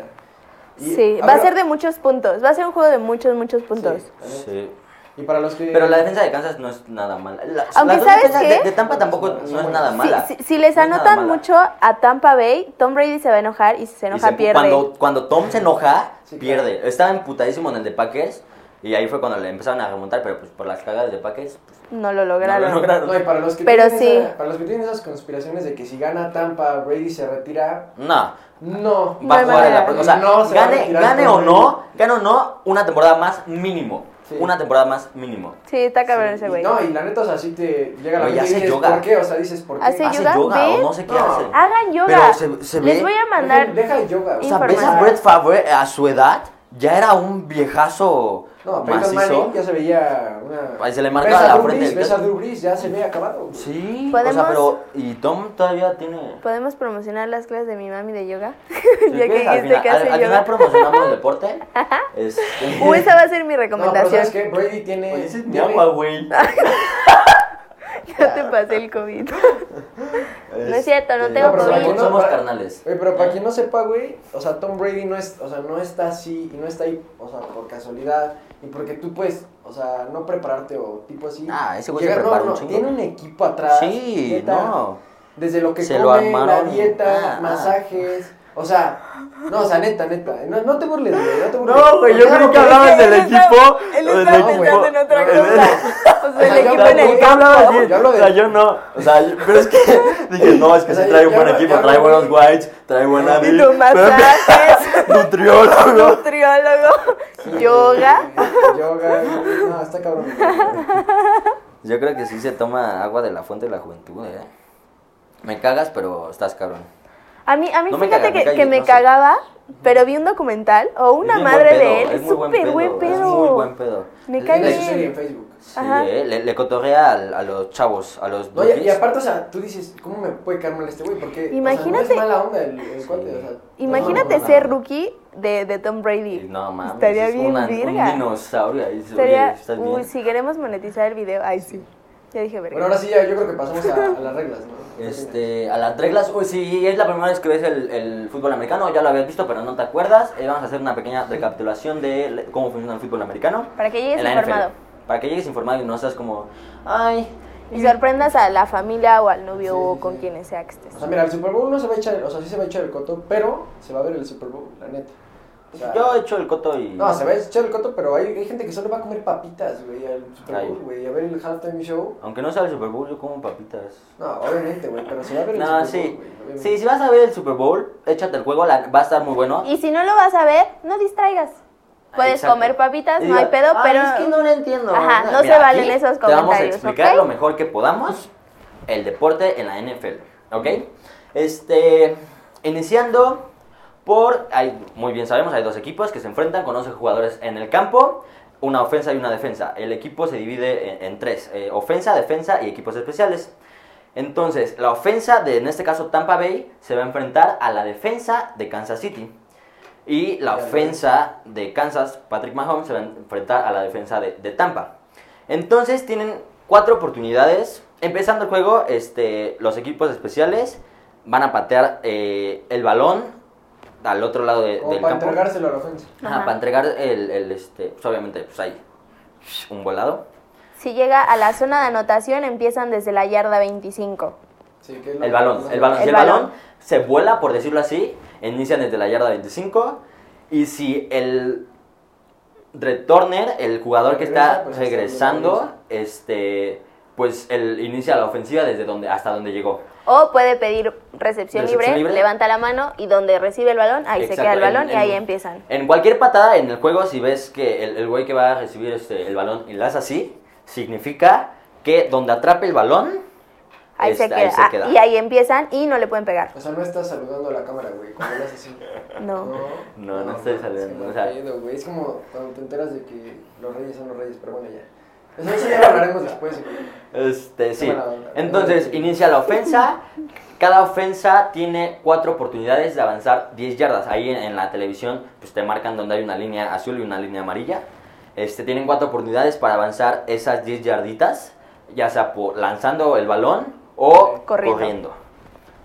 B: y-
E: Sí,
B: ah,
E: va a
B: pero-
E: ser de muchos puntos. Va a ser un juego de muchos, muchos puntos.
B: Sí, la neta.
D: Sí.
B: Y para los que.
D: Pero la defensa de Kansas no es nada mala. La-
E: Aunque
D: las dos
E: ¿sabes
D: defensas
E: qué?
D: De, de Tampa tampoco
B: Son
D: no es
B: buenas.
D: nada
B: Sí,
D: mala.
E: Si, si- si les
D: No es nada
E: anotan
D: mala.
E: mucho a Tampa Bay, Tom Brady se va a enojar y si se
D: Y
E: enoja
D: se-
E: pierde.
D: Cuando, cuando Tom se enoja,
B: Sí, claro.
D: pierde. Estaba emputadísimo en el de Packers y ahí fue cuando le empezaron a remontar, pero pues por las cagadas de Packers pues,
E: No lo
D: no
E: lograron.
D: lo lograron.
B: No, y para los que
E: Pero
B: tienen
E: sí.
B: esa- para los que tienen esas conspiraciones de que si gana Tampa, Brady se retira.
D: No,
B: No.
E: No
D: va
E: hay
D: a jugar en
E: manera.
D: la próxima. O sea,
B: No se va a
D: gane,
B: retirar
D: gane
B: Tom
D: o no,
B: Brady.
D: gane o no, una temporada más mínimo.
B: Sí.
D: Una temporada más mínimo.
E: Sí, está cabrón
B: Sí,
E: ese
B: y
E: güey.
B: No, y la neta, o sea, sí te llega la
D: Oye,
B: mente y
D: hace
B: dices,
D: yoga.
B: ¿por qué? O sea, dices, ¿por qué?
E: Hace
D: Hace
E: yoga,
D: yoga,
E: ¿ves?
D: o no sé qué
B: No.
D: hace.
E: Hagan yoga.
D: Pero se- se
E: les
D: ve-
E: voy a
B: Deja-
E: mandar.
B: Deja, el yoga.
D: O sea, ves
E: Información.
D: a Brett Favre a su edad, ya era un viejazo
B: No,
D: macizo.
B: Peyton Manning ya se veía una...
D: Ahí se le marca
B: Ves a
D: la
B: Drew
D: frente
B: Brees,
D: del
B: Ves a
D: queso.
B: Drew Brees, ya se ve acabado. güey.
D: Sí, o
E: Podemos-
D: sea, pero. Y Tom todavía tiene.
E: ¿Podemos promocionar las clases de mi mami de yoga?
D: Si
E: ya que
D: quieres, pues, al
E: dijiste
D: final,
E: que
D: al-
E: hace
D: al final
E: yoga.
D: promocionamos el deporte. Este-
E: Uh, esa va a ser mi
B: No, pero
E: recomendación.
B: ¿sabes qué? Brady tiene...
D: Oye, ese es mi
B: tiene-
D: agua, güey.
E: No te pasé el COVID. No es cierto, no
D: Este,
E: tengo
B: No, pero
E: COVID.
B: para quien
D: somos-
B: no-
D: Somos
B: para-
D: carnales. ¿Eh?
B: Oye, pero para quien no sepa, güey, o sea, Tom Brady no es, o sea, no está así y no está ahí, o sea, por casualidad y porque tú puedes, o sea, no prepararte o tipo así.
D: Ah, ese güey se
B: Llega-
D: prepara
B: no,
D: un
B: no,
D: chingo.
B: Tiene un equipo atrás.
D: Sí,
B: neta.
D: no.
B: Desde lo que
D: Se lo
B: come, la
D: armaron.
B: dieta,
D: Ah,
B: masajes, o sea, no, o sea, neta, neta, no, no te burles, güey, no te burles.
E: creí
B: creo
E: que hablabas del equipo,
D: Él
E: Él
D: del
E: estaba
D: equipo.
E: pensando en otra
D: No, el-
E: cosa. O
B: O sea,
E: sea, el
B: yo
E: equipo en
B: hablo-
E: el
B: yo hablo-
E: campo.
D: así,
B: yo hablo de-
D: o sea, yo no, o sea, yo- pero es que dije, no, es que
B: O
D: sí
B: sea,
D: trae
B: yo
D: un buen
B: hablo- yo
D: equipo,
B: hablo
D: trae
B: de-
D: buenos whites, trae buena
E: Y tu masajes,
D: nutriólogo.
E: nutriólogo, yoga.
B: Yoga, güey, no, está cabrón. güey.
D: Yo creo que sí se toma agua de la fuente de la juventud, eh. Me cagas, pero estás cabrón.
E: A mí, a mí
D: No me
E: fíjate
D: cagas, me
E: que,
D: calles,
E: que me
D: no sé.
E: cagaba, pero vi un documental o
D: Es
E: una
D: bien
E: madre
D: buen pedo,
E: de él. Es
D: muy buen
E: súper buen
D: Es
E: pedo.
D: muy buen pedo.
E: Me
B: Es
E: cae
B: una serie en
E: bien.
B: Facebook.
D: Sí,
E: Ajá.
D: eh, le, le cotorrea al- a, los chavos, a los
B: No, y, y
D: duques.
B: aparte, o sea, tú dices, ¿cómo me puede caer mal este güey? Porque
E: Imagínate-
B: o sea, no es mala onda el, el cuate, o sea.
E: Imagínate
D: No, no,
E: ser
D: no.
E: rookie de, de Tom Brady.
D: No mames,
E: Estaría
D: es
E: bien
D: una-
E: virga.
D: un dinosaurio ahí. oye,
E: Estaría-
D: ¿estás
E: uy,
D: bien?
E: si queremos monetizar el video, ay sí. Ya dije verga.
B: Bueno, ahora sí, ya yo creo que pasamos a, a las reglas, ¿no?
D: Este, a las reglas, uy, sí, es la primera vez que ves el, el fútbol americano, ya lo habías visto, pero no te acuerdas. Eh, vamos a hacer una pequeña recapitulación de le- cómo funciona el fútbol americano.
E: Para que llegues
D: En la NFL.
E: informado.
D: Para que llegues informado y no seas como, ay,
E: Y
D: Mm.
E: sorprendas a la familia o al novio
B: Sí, sí,
E: o con
B: sí.
E: quienes sea que estés.
B: O sea, mira, el Super Bowl no se va a echar, o sea, sí se va a echar el coto, pero se va a ver el Super Bowl, la neta. O sea,
D: yo he hecho el coto y...
B: Ah. No, se va a echar el coto, pero hay, hay gente que solo va a comer papitas, güey, al Super
D: Ay.
B: Bowl, güey, a ver el halftime show.
D: Aunque no sea el Super Bowl, yo como papitas.
B: No, obviamente, güey, pero se va a ver el
D: No,
B: Super
D: sí.
B: Bowl, güey, obviamente.
D: Sí, si vas a ver el Super Bowl, échate el juego, la- va a estar muy bueno.
E: Y si no lo vas a ver, no distraigas. Puedes
D: Exacto.
E: comer papitas,
D: Y
E: no hay
D: diga,
E: pedo,
D: "Ay,
E: pero...
D: Es que no lo entiendo.
E: Ajá, no se valen
D: aquí
E: esos
D: Te vamos a
E: comentarios,
D: explicar
E: ¿ok?
D: lo mejor que podamos el deporte en la NFL, ¿ok? Este, iniciando por, hay, muy bien sabemos, hay dos equipos que se enfrentan con 11 jugadores en el campo, una ofensa y una defensa. El equipo se divide en, en tres, eh, ofensa, defensa y equipos especiales. Entonces, la ofensa de, en este caso, Tampa Bay, se va a enfrentar a la defensa de Kansas City. Y la
B: Ya, ya.
D: ofensa de Kansas, Patrick Mahomes, se va a enfrentar a la defensa de, de Tampa. Entonces, tienen cuatro oportunidades. Empezando el juego, este, los equipos especiales van a patear eh, el balón al otro lado de-
B: Como
D: del
B: para
D: campo.
B: entregárselo a la ofensa.
D: Ajá,
E: Ajá.
D: Para entregar el, el, este, pues, obviamente, pues hay un volado.
E: Si llega a la zona de anotación, empiezan desde la yarda 25.
B: Sí, que es lo
D: El
B: que
D: balón,
B: más-
D: el balón. Si
E: El
D: el balón
E: balón.
D: se vuela, por decirlo así, inician desde la yarda 25. Y si el returner, el jugador que
B: Regresa,
D: está
B: pues,
D: regresando,
B: hasta
D: este, pues él inicia la ofensiva desde donde, hasta donde llegó.
E: O puede pedir recepción,
D: Recepción
E: libre,
D: libre.
E: levanta la mano y donde recibe el balón, ahí se
D: Exacto,
E: queda el
D: en-
E: balón y
D: en-
E: ahí empiezan.
D: En cualquier patada en el juego, si ves que el, el güey que va a recibir este, el balón y la hace así, significa que donde atrape el balón,
E: Ahí, se,
D: este,
E: queda. Ah, y ahí empiezan y no le pueden pegar.
B: O sea, no estás saludando a la cámara, güey, cuando hablas así.
E: No.
D: No, no estoy
B: es que
D: saludando,
B: mal
D: o sea-
B: pedo, güey. Es como cuando te enteras de que los reyes son los reyes, pero bueno, ya. Eso, eso ya lo hablaremos después, güey.
D: Este, sí.
B: mala onda.
D: Entonces, inicia la ofensa. Cada ofensa tiene cuatro oportunidades de avanzar 10 yardas. Ahí en, en la televisión, pues te marcan donde hay una línea azul y una línea amarilla. Este, tienen cuatro oportunidades para avanzar esas 10 yarditas, ya sea por lanzando el balón o
E: Corriendo.
D: corriendo.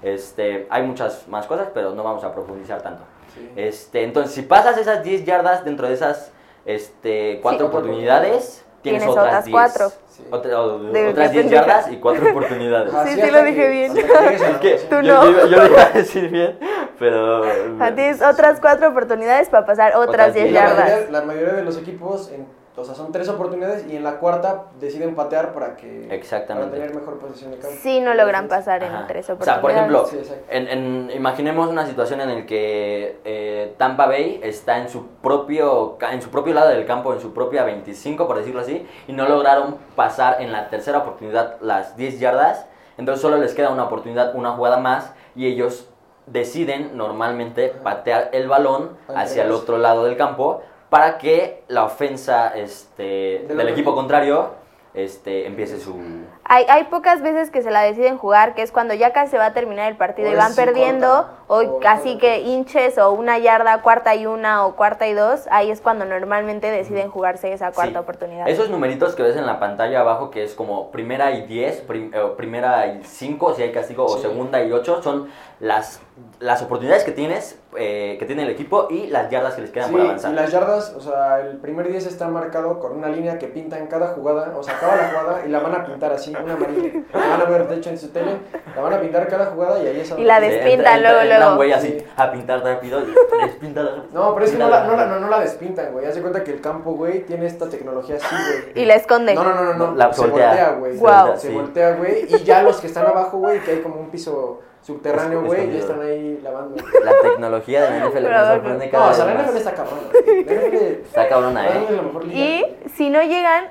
D: Este, hay muchas más cosas, pero no vamos a profundizar tanto.
B: Sí.
D: Este, entonces, si pasas esas 10 yardas dentro de esas este, cuatro
B: Sí.
D: oportunidades, tienes,
E: Tienes otras
D: otras 10.
E: cuatro.
B: Sí.
D: Otra- o-
E: De-
D: otras
E: qué
D: 10
E: pendeja.
D: yardas y cuatro oportunidades.
B: Ajá,
E: Sí,
B: sí,
E: sí
B: hasta
E: lo dije
B: que-
E: bien.
B: hasta que llegues a la
D: Es que
B: anotación.
E: Tú
D: yo,
E: no.
D: yo- yo lo iba a decir bien, pero...
E: Ah, Tienes otras cuatro oportunidades para pasar otras
D: Otras
E: 10
D: diez.
B: la
E: yardas.
B: mayoría, la mayoría de los equipos, en- o sea, son tres oportunidades y en la cuarta deciden patear para que
D: Exactamente.
B: para tener mejor posición de campo.
E: Sí, no logran pasar en
D: Ajá.
E: tres
D: O sea,
E: oportunidades.
D: por ejemplo, eh,
B: Sí, exacto.
D: en- en- imaginemos una situación en la que eh, Tampa Bay está en su, propio, ca- en su propio lado del campo, en su propia 25, por decirlo así, y no lograron pasar en la tercera oportunidad las 10 yardas. Entonces solo les queda una oportunidad, una jugada más, y ellos deciden normalmente
B: Ajá.
D: patear el balón
B: Para
D: hacia el
B: entregarse.
D: otro lado del campo para que la ofensa este, del,
B: otro
D: equipo
B: equipo.
D: contrario este, empiece su...
E: Hay, hay pocas veces que se la deciden jugar, que es cuando ya casi se va a terminar el partido
B: O
E: y
B: es
E: van
B: sin
E: perdiendo,
B: corta,
E: o,
B: o-
E: así que hinches o una yarda, cuarta y una o cuarta y dos, ahí es cuando normalmente deciden jugarse esa cuarta
D: Sí.
E: oportunidad.
D: Esos numeritos que ves en la pantalla abajo, que es como primera y 10, prim- eh, primera y 5, si hay castigo, o
B: Sí.
D: segunda y 8, son las, las oportunidades que tienes, eh, que tiene el equipo y las yardas que les quedan
B: Sí,
D: por avanzar.
B: y las yardas, o sea, el primer 10 está marcado con una línea que pintan cada jugada, o sea, acaba la jugada y la van a pintar así, una amarilla. La van a ver, de hecho, en su tele, la van a pintar cada jugada y ahí es
E: Y la
D: Sí,
E: de-
D: entra-
E: despintan
D: entra-
E: luego,
D: entra
E: luego.
D: un güey así
B: Sí.
D: a pintar rápido, despíntala.
B: No, pero es que no la,
D: píntala.
B: no, la, no, no la despintan, güey. Haz de cuenta que el campo, güey, tiene esta tecnología así, güey.
E: Y la esconden.
B: No, no, no, no, no.
D: La
B: se
D: voltea.
B: voltea, güey.
E: Guau.
B: Se
D: Sí.
B: voltea, güey. Y ya los que están abajo, güey, que hay como un piso subterráneo,
D: Es-
B: güey, ya
D: escondido.
B: están ahí lavando.
D: La tecnología de la NFL me
E: Bravo,
D: sorprende cada
B: No, o sea,
D: vez
B: la
D: más.
B: NFL está cabrona. güey. La NFL
D: Está cabrona,
B: la NFL es
D: ¿eh?
B: la mejor liga.
E: Y si no llegan,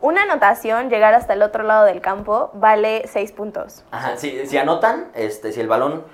E: una anotación, llegar hasta el otro lado del campo, vale 6 puntos.
D: Ajá, si, si anotan, este, si el balón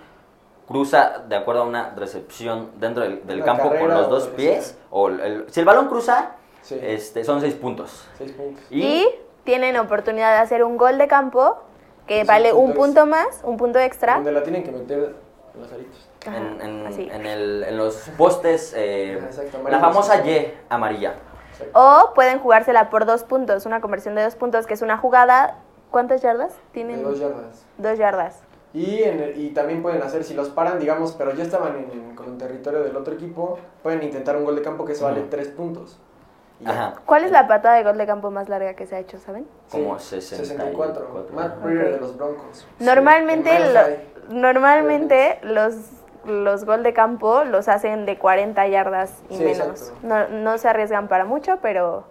D: cruza de acuerdo a una recepción dentro del, del
B: Una
D: campo con
B: carrera
D: los
B: o
D: dos
B: lo que
D: pies,
B: sea.
D: o el- el- si el balón cruza,
B: Sí,
D: este, son seis puntos.
B: seis puntos.
E: Y, tienen oportunidad de hacer un gol de campo, que
B: Es un
E: vale un
B: punto
E: punto más, un punto extra.
B: Donde la tienen que meter en los aritos.
E: Ajá,
D: en, en-
E: así.
D: en el- en los postes, eh,
B: Ajá, exacto,
D: la
B: amarillos.
D: famosa Y amarilla.
B: Exacto.
E: O pueden jugársela por dos puntos, una conversión de dos puntos, que es una jugada. ¿Cuántas yardas?
B: De
E: Tienen
B: dos yardas.
E: Dos yardas.
B: Y, en el- y también pueden hacer, si los paran, digamos, pero ya estaban en, con el territorio del otro equipo, pueden intentar un gol de campo que eso vale
D: Ujú.
B: tres puntos. Y
D: Ajá.
E: ¿Cuál es la patada de gol de campo más larga que se ha hecho, saben?
D: Como
B: Sí,
D: 64.
B: 64. Matt Breeder de los Broncos.
E: Normalmente,
B: Hermanos
E: lo-
B: hay.
E: normalmente los, los gol de campo los hacen de 40 yardas y
B: Sí,
E: menos.
B: exacto.
E: No, no se arriesgan para mucho, pero...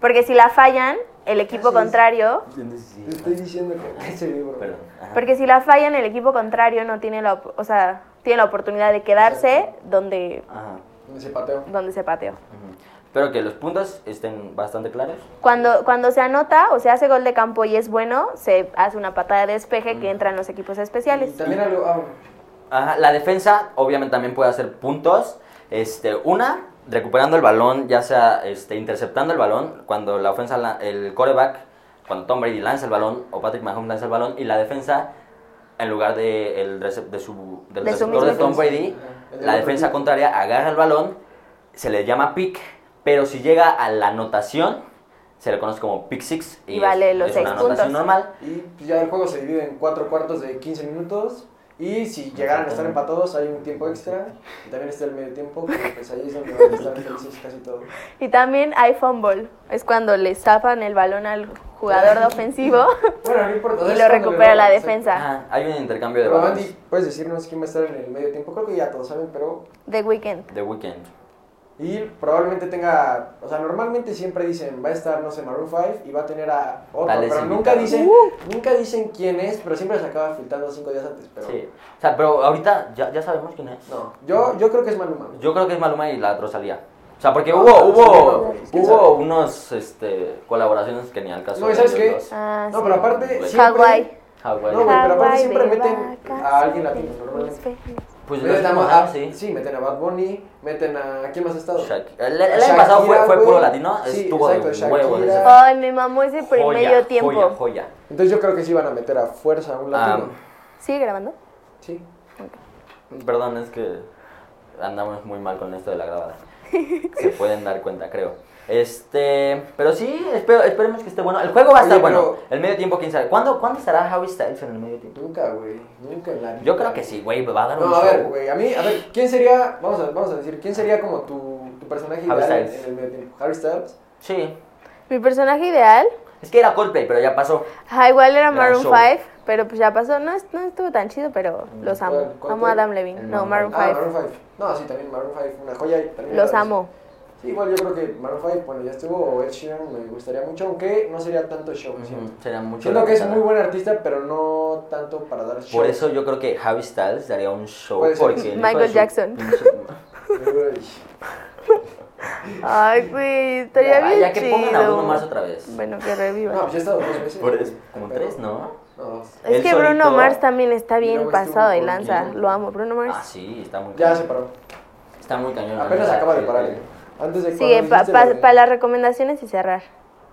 E: Porque si la fallan, el equipo
B: Así es. Ah.
E: contrario...
B: Te estoy diciendo que ese libro.
D: Perdón. ajá.
E: Porque si la fallan, el equipo contrario no tiene la, op- o sea, tiene la oportunidad de quedarse donde,
D: Ajá.
B: Ese pateo.
E: donde se pateó.
D: Ujú. Espero que los puntos estén bastante claros.
E: Cuando, cuando se anota o se hace gol de campo y es bueno, se hace una patada de despeje
B: Mm.
E: que entra en los equipos especiales.
B: Y También algo. ah,
D: Ajá, la defensa obviamente también puede hacer puntos. Este, una, recuperando el balón, ya sea este, interceptando el balón, cuando la ofensa, la- el coreback, cuando Tom Brady lanza el balón o Patrick Mahomes lanza el balón, y la defensa, en lugar de, el recep- de su, del
E: De su
D: receptor de
E: mismo
D: Tom
E: equipo.
D: Brady,
B: Ajá, el del
D: la
B: otro
D: defensa
B: equipo.
D: contraria agarra el balón, se le llama pick, pero si llega a la anotación, se le conoce como pick six
E: Y vale los seis
D: una anotación
E: puntos.
D: normal.
B: Y pues, ya el juego se divide en cuatro cuartos de 15 minutos. Y si llegaran a estar empatados, hay un tiempo extra. Y también está el medio tiempo. que, Pues ahí es donde van a estar felices casi todos.
E: Y también hay fumble, es cuando le zafan el balón al jugador de ofensivo
B: Bueno, no importa.
E: y lo recupera la defensa.
D: Ajá, hay un intercambio de
B: Pero
D: balones.
B: Andy, puedes decirnos quién va a estar en el medio tiempo. Creo que ya todos saben, pero
E: The Weeknd.
D: The Weeknd.
B: Y probablemente tenga, o sea, normalmente siempre dicen, va a estar, no sé, Maroon 5 y va a tener a otro,
D: Tales
B: pero nunca
D: invitados.
B: dicen,
E: Uh.
B: nunca dicen quién es, pero siempre se acaba filtrando cinco días antes, pero
D: Sí. O sea, pero ahorita ya, ya sabemos quién es.
B: no, yo, yo creo que es Maluma.
D: Yo creo que es Maluma y la Rosalía. O sea, porque
B: No,
D: hubo,
B: no,
D: hubo,
B: sí, no, ¿quién
D: hubo
B: sabe?
D: unos este, colaboraciones que ni al caso.
B: No, ¿y sabes
D: de ellos
B: qué?
D: dos.
E: Ah,
B: No, pero aparte
D: Güey.
B: siempre,
E: Hawái.
D: Ah, bueno.
B: No, güey, pero aparte
E: Hawái,
B: siempre
E: de
B: meten
E: vacas,
B: a alguien
E: de
B: latino, normalmente.
E: mis
D: Pues lo
B: meten a,
D: hicimos,
B: a-
D: ah, sí.
B: sí, meten a Bad Bunny, meten a, ¿a quién más ha estado?
D: Shak- El, el año pasado fue,
B: Shakira,
D: fue
B: güey.
D: puro latino,
B: Sí,
D: estuvo de
B: exacto,
D: huevos.
B: Shakira.
D: ese fue
E: Ay, me mamó ese primer
D: joya,
E: medio tiempo.
D: Joya, joya.
B: Entonces yo creo que sí van a meter a fuerza a un latino,
D: Ah.
E: ¿Sigue grabando?
B: sí.
D: Perdón, es que andamos muy mal con esto de la grabada. Se pueden dar cuenta, creo. Este, pero sí, espero- esperemos que esté bueno. El juego va a
B: Oye,
D: estar bueno.
B: pero-
D: El medio tiempo, quién sabe. ¿Cuándo, ¿cuándo estará Howie Styles en el medio tiempo?
B: Nunca, güey, nunca en la vida.
D: Yo creo que sí, güey, va a dar un
B: No, a ver,
D: show.
B: güey, a mí, a ver, ¿quién sería, vamos a, vamos a decir, quién sería como tu, tu personaje
D: Harry
B: ideal en-
D: Styles.
B: en el medio tiempo? Harry Styles.
D: Sí.
E: Mi personaje ideal,
D: Es que era Coldplay, pero ya pasó.
E: ah, igual era
D: Gran
E: Maroon
D: show.
E: 5, pero pues ya pasó. No, es- no estuvo tan chido, pero los amo.
B: Mm, ¿Cuál- cuál
E: amo
B: fue?
E: a Adam Levine.
D: El
E: No, Maroon
D: Maroon.
B: Ah,
E: 5.
B: Maroon 5. No, sí, también Maroon 5, una joya. y También
E: los
B: era-
E: amo.
B: Sí, igual yo creo que Maroon 5, bueno, ya estuvo, o Ed Sheeran me gustaría mucho, aunque no sería tanto show, siento.
D: Sería mucho.
B: Siento
D: la
B: que es
D: pasada.
B: muy buen artista, pero no tanto para dar show.
D: Por eso yo creo que Javi Styles daría un show.
B: Puede ser.
D: Porque el hijo
E: Michael
D: de su
E: Jackson.
D: pinche-
B: Uy.
E: Ay, güey, estaría
D: Ya,
E: bien
D: ya que pongan a
E: chido.
D: Bruno Mars otra vez.
E: Bueno, que
B: No,
E: reviva.
B: pues ya he estado dos veces.
D: Por eso, como
B: Pero-
D: tres, ¿no?
B: No, dos.
E: es
D: él
E: que Bruno
D: solito-
E: Mars también está
B: Y
E: bien
B: luego estuvo
E: pasado de
B: con
E: lanza.
B: quién?
E: Lo amo, Bruno Mars.
D: Ah, sí, está muy
B: Ya
D: cañón.
B: se paró.
D: Está muy cañón.
B: Apenas acaba de parar. eh. Antes de
E: Sigue,
B: cuando
E: para
B: dijiste lo de-
E: las recomendaciones y cerrar.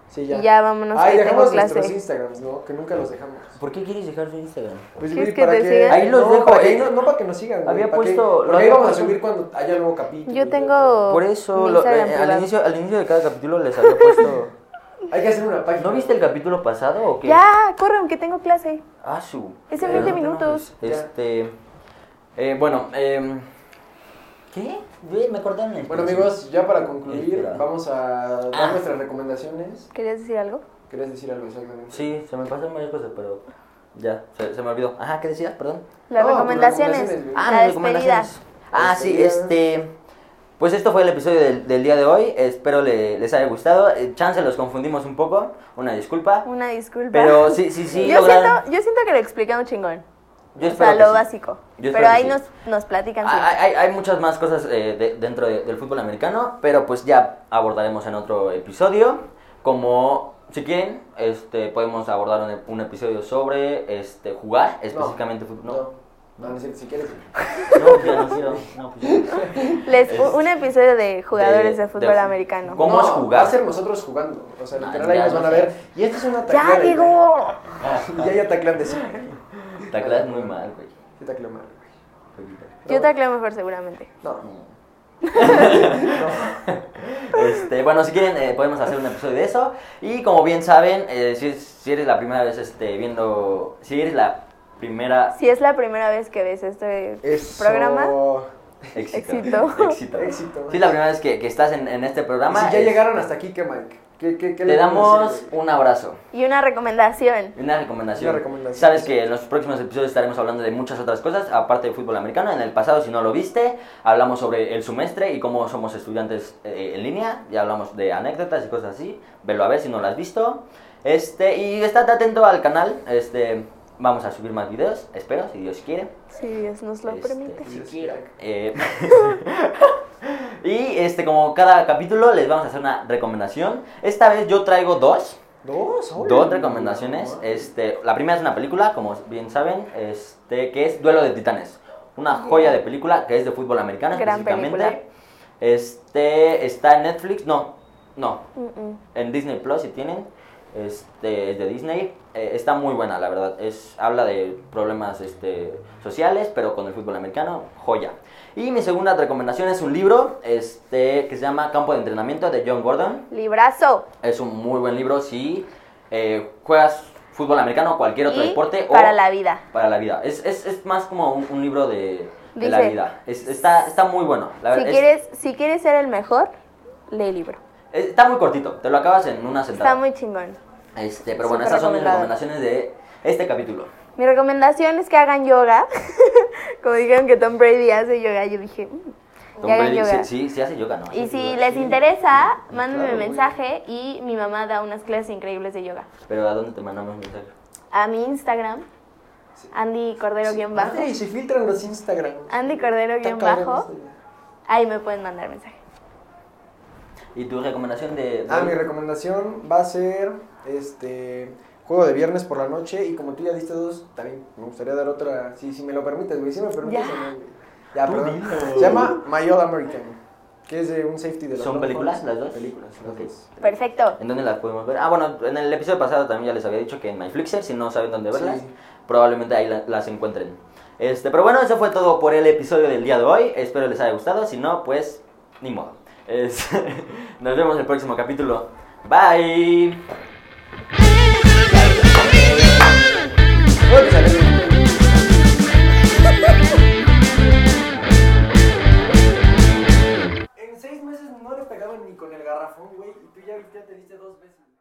B: Sí,
E: Y ya vámonos,
B: Ay,
E: que tengo
B: dejamos
E: clase.
B: nuestros Instagrams, ¿no? Que nunca los dejamos.
D: ¿Por qué quieres dejar su Instagram?
B: Pues,
E: ¿Quieres
B: güey,
E: que
B: para
E: te sigan?
D: Ahí los
B: no,
D: dejo,
B: Para
D: ahí.
B: que, no, no para que nos sigan. güey,
D: Había
B: para que-
D: puesto- lo
B: Porque ahí
D: había
B: vamos a
D: puesto-
B: subir cuando haya nuevo capítulo.
E: Yo
B: y
E: tengo.
D: Por eso,
E: mi
D: lo-
E: Instagram
D: eh, al,
E: privado.
D: inicio, al inicio de cada capítulo les había puesto.
B: todo. Hay que hacer una página.
D: ¿No viste el capítulo pasado o qué?
E: Ya, corre, aunque tengo clase.
D: Ah, su.
E: Es en
D: Eh,
E: 20
D: no te
E: minutos.
D: enojes. Este. eh, bueno, eh, ¿qué? Güey, Me acordaron el.
B: Bueno,
D: principio.
B: amigos, ya para concluir,
D: Espera.
B: vamos a dar
D: Ah.
B: nuestras recomendaciones.
E: ¿Querías decir algo?
B: ¿Querías decir algo exactamente?
D: Sí, se me pasan varias cosas, pero. Ya, se, se me olvidó. Ajá, ¿qué decías? Perdón.
E: Las
B: No, pues,
E: recomendaciones.
B: recomendaciones,
D: Ah,
E: la
D: mis
E: despedida.
D: recomendaciones. Ah, sí,
B: Despedida.
D: este. Pues esto fue el episodio del, del día de hoy. Espero le- les haya gustado. Eh, Chance los confundimos un poco. Una disculpa.
E: Una disculpa.
D: Pero sí, sí, sí.
E: yo,
D: lograron-
E: siento, yo siento que lo expliqué un chingón.
D: Yo
E: o
D: espero
E: sea,
D: que
E: lo
D: sí.
E: básico.
D: Yo espero
E: Pero
D: que
E: ahí
D: sí.
E: nos, nos platican. siempre.
D: Ah, Hay, hay- hay muchas más cosas eh, de- dentro de- del fútbol americano, pero pues ya abordaremos en otro episodio. Como, si quieren, este, podemos abordar un, un episodio sobre este, jugar específicamente fútbol. No,
B: No, no, no, si, si quieres.
D: no, ya no quiero. No, pues ya.
E: Les,
D: es-
E: un episodio de jugadores de,
D: de-
E: fútbol
D: de-
E: americano.
D: ¿Cómo
B: No,
D: es jugar?
B: Va a ser nosotros jugando. O sea,
D: No,
B: literal ahí
D: ya,
B: nos van a
D: no.
B: ver. Y esta es una
E: ¡Ya
B: tacleada.
E: llegó!
B: Y ya ya taclean de sí.
D: Ah, Te aclaras muy mal, güey.
B: Sí tacleo mal, güey.
E: Yo tacleo mejor seguramente.
B: No.
D: Este, bueno, si quieren, eh, podemos hacer un episodio de eso. Y como bien saben, eh, si, es- si eres la primera vez este, viendo. Si eres la primera.
E: Si es la primera vez que ves este
B: Eso.
E: programa,
D: Éxito.
E: Éxito.
D: Éxito.
B: Éxito.
D: Sí, la primera vez que, que estás en, en este programa.
B: si ya
D: es-
B: llegaron hasta aquí, ¿qué, Mike? ¿Qué, qué, qué
D: Te
B: le podemos
D: damos
B: decir, güey?
D: un abrazo.
E: Y una recomendación.
D: y Una recomendación.
B: Una recomendación.
D: Sabes que en los próximos episodios estaremos hablando de muchas otras cosas, aparte de fútbol americano. En el pasado, si no lo viste, hablamos sobre el semestre y cómo somos estudiantes eh, en línea. Ya hablamos de anécdotas y cosas así. Velo a ver si no lo has visto. Este, y estate atento al canal. Este, vamos a subir más videos, espero, si Dios quiere.
E: Si Dios nos lo
D: Este,
E: permite.
B: Sí, sí.
D: Eh, y este, como cada capítulo, les vamos a hacer una recomendación. Esta vez yo traigo dos.
B: Dos, órale.
D: Dos recomendaciones.
B: Guau.
D: Este, la primera es una película, como bien saben, este, que es Duelo de Titanes. Una joya de película que es de fútbol americano
E: Gran
D: específicamente.
E: película.
D: Este está en Netflix, no, no,
E: Mm, mm.
D: en Disney Plus si tienen. Este es de Disney. Eh, está muy buena, la verdad. Es, habla de problemas este, sociales, pero con el fútbol americano, joya. Y mi segunda recomendación es un libro este, que se llama Campo de Entrenamiento de John Gordon.
E: Librazo.
D: Es un muy buen libro si eh, juegas fútbol americano o cualquier otro
E: Y
D: deporte.
E: para
D: o
E: la vida.
D: Para la vida. Es, es, es más como un, un libro de, de la
E: Dice,
D: vida. Es- está, está muy bueno. La
E: si,
D: verdad, es-
E: quieres, si quieres ser el mejor, lee el libro.
D: es- está muy cortito. Te lo acabas en una sentada.
E: Está muy chingón.
D: Este, pero bueno,
E: súper
D: esas son mis
E: recomendado.
D: recomendaciones de este capítulo.
E: Mi recomendación es que hagan yoga. Como dijeron que Tom Brady hace yoga, yo dije... mm,
D: Tom
E: que hagan
D: Brady, sí,
E: yoga.
D: sí, sí hace yoga, ¿no?
E: Y
D: Hace
E: si
D: yoga,
E: les
D: sí.
E: interesa, mándenme
B: claro,
E: un
B: güey.
E: mensaje y mi mamá da unas clases increíbles de yoga.
D: Pero ¿a dónde te mandamos mensaje?
E: A mi Instagram, Andy Cordero-Bajo.
D: Ah,
B: Madre, se filtran los Instagram.
E: Andy Cordero-Bajo. Ahí me pueden mandar mensaje.
D: ¿Y tu recomendación de.?
B: Ah, mi recomendación va a ser este juego de viernes por la noche y como tú ya diste dos, también me gustaría dar otra, si, si me lo permites, güey, si me permites.
E: Ya.
B: o no, güey? ya
D: Tú
B: perdón.
D: dilo.
B: Se llama My All American, que es de un safety de los
D: ¿Son
B: Broncos.
D: películas las dos?
B: Películas, las
D: Ok.
B: dos.
E: Perfecto.
D: ¿En dónde las podemos ver? Ah, bueno, en el episodio pasado también ya les había dicho que en MyFlixer, si no saben dónde
B: Sí.
D: verlas, probablemente ahí la- las encuentren. Este, pero bueno, eso fue todo por el episodio del día de hoy. Espero les haya gustado. Si no, pues ni modo. Es- nos vemos en el próximo capítulo. Bye.
B: Creo que salió bien. En seis meses no le pegaban ni con el garrafón, güey, y tú ya te diste dos veces.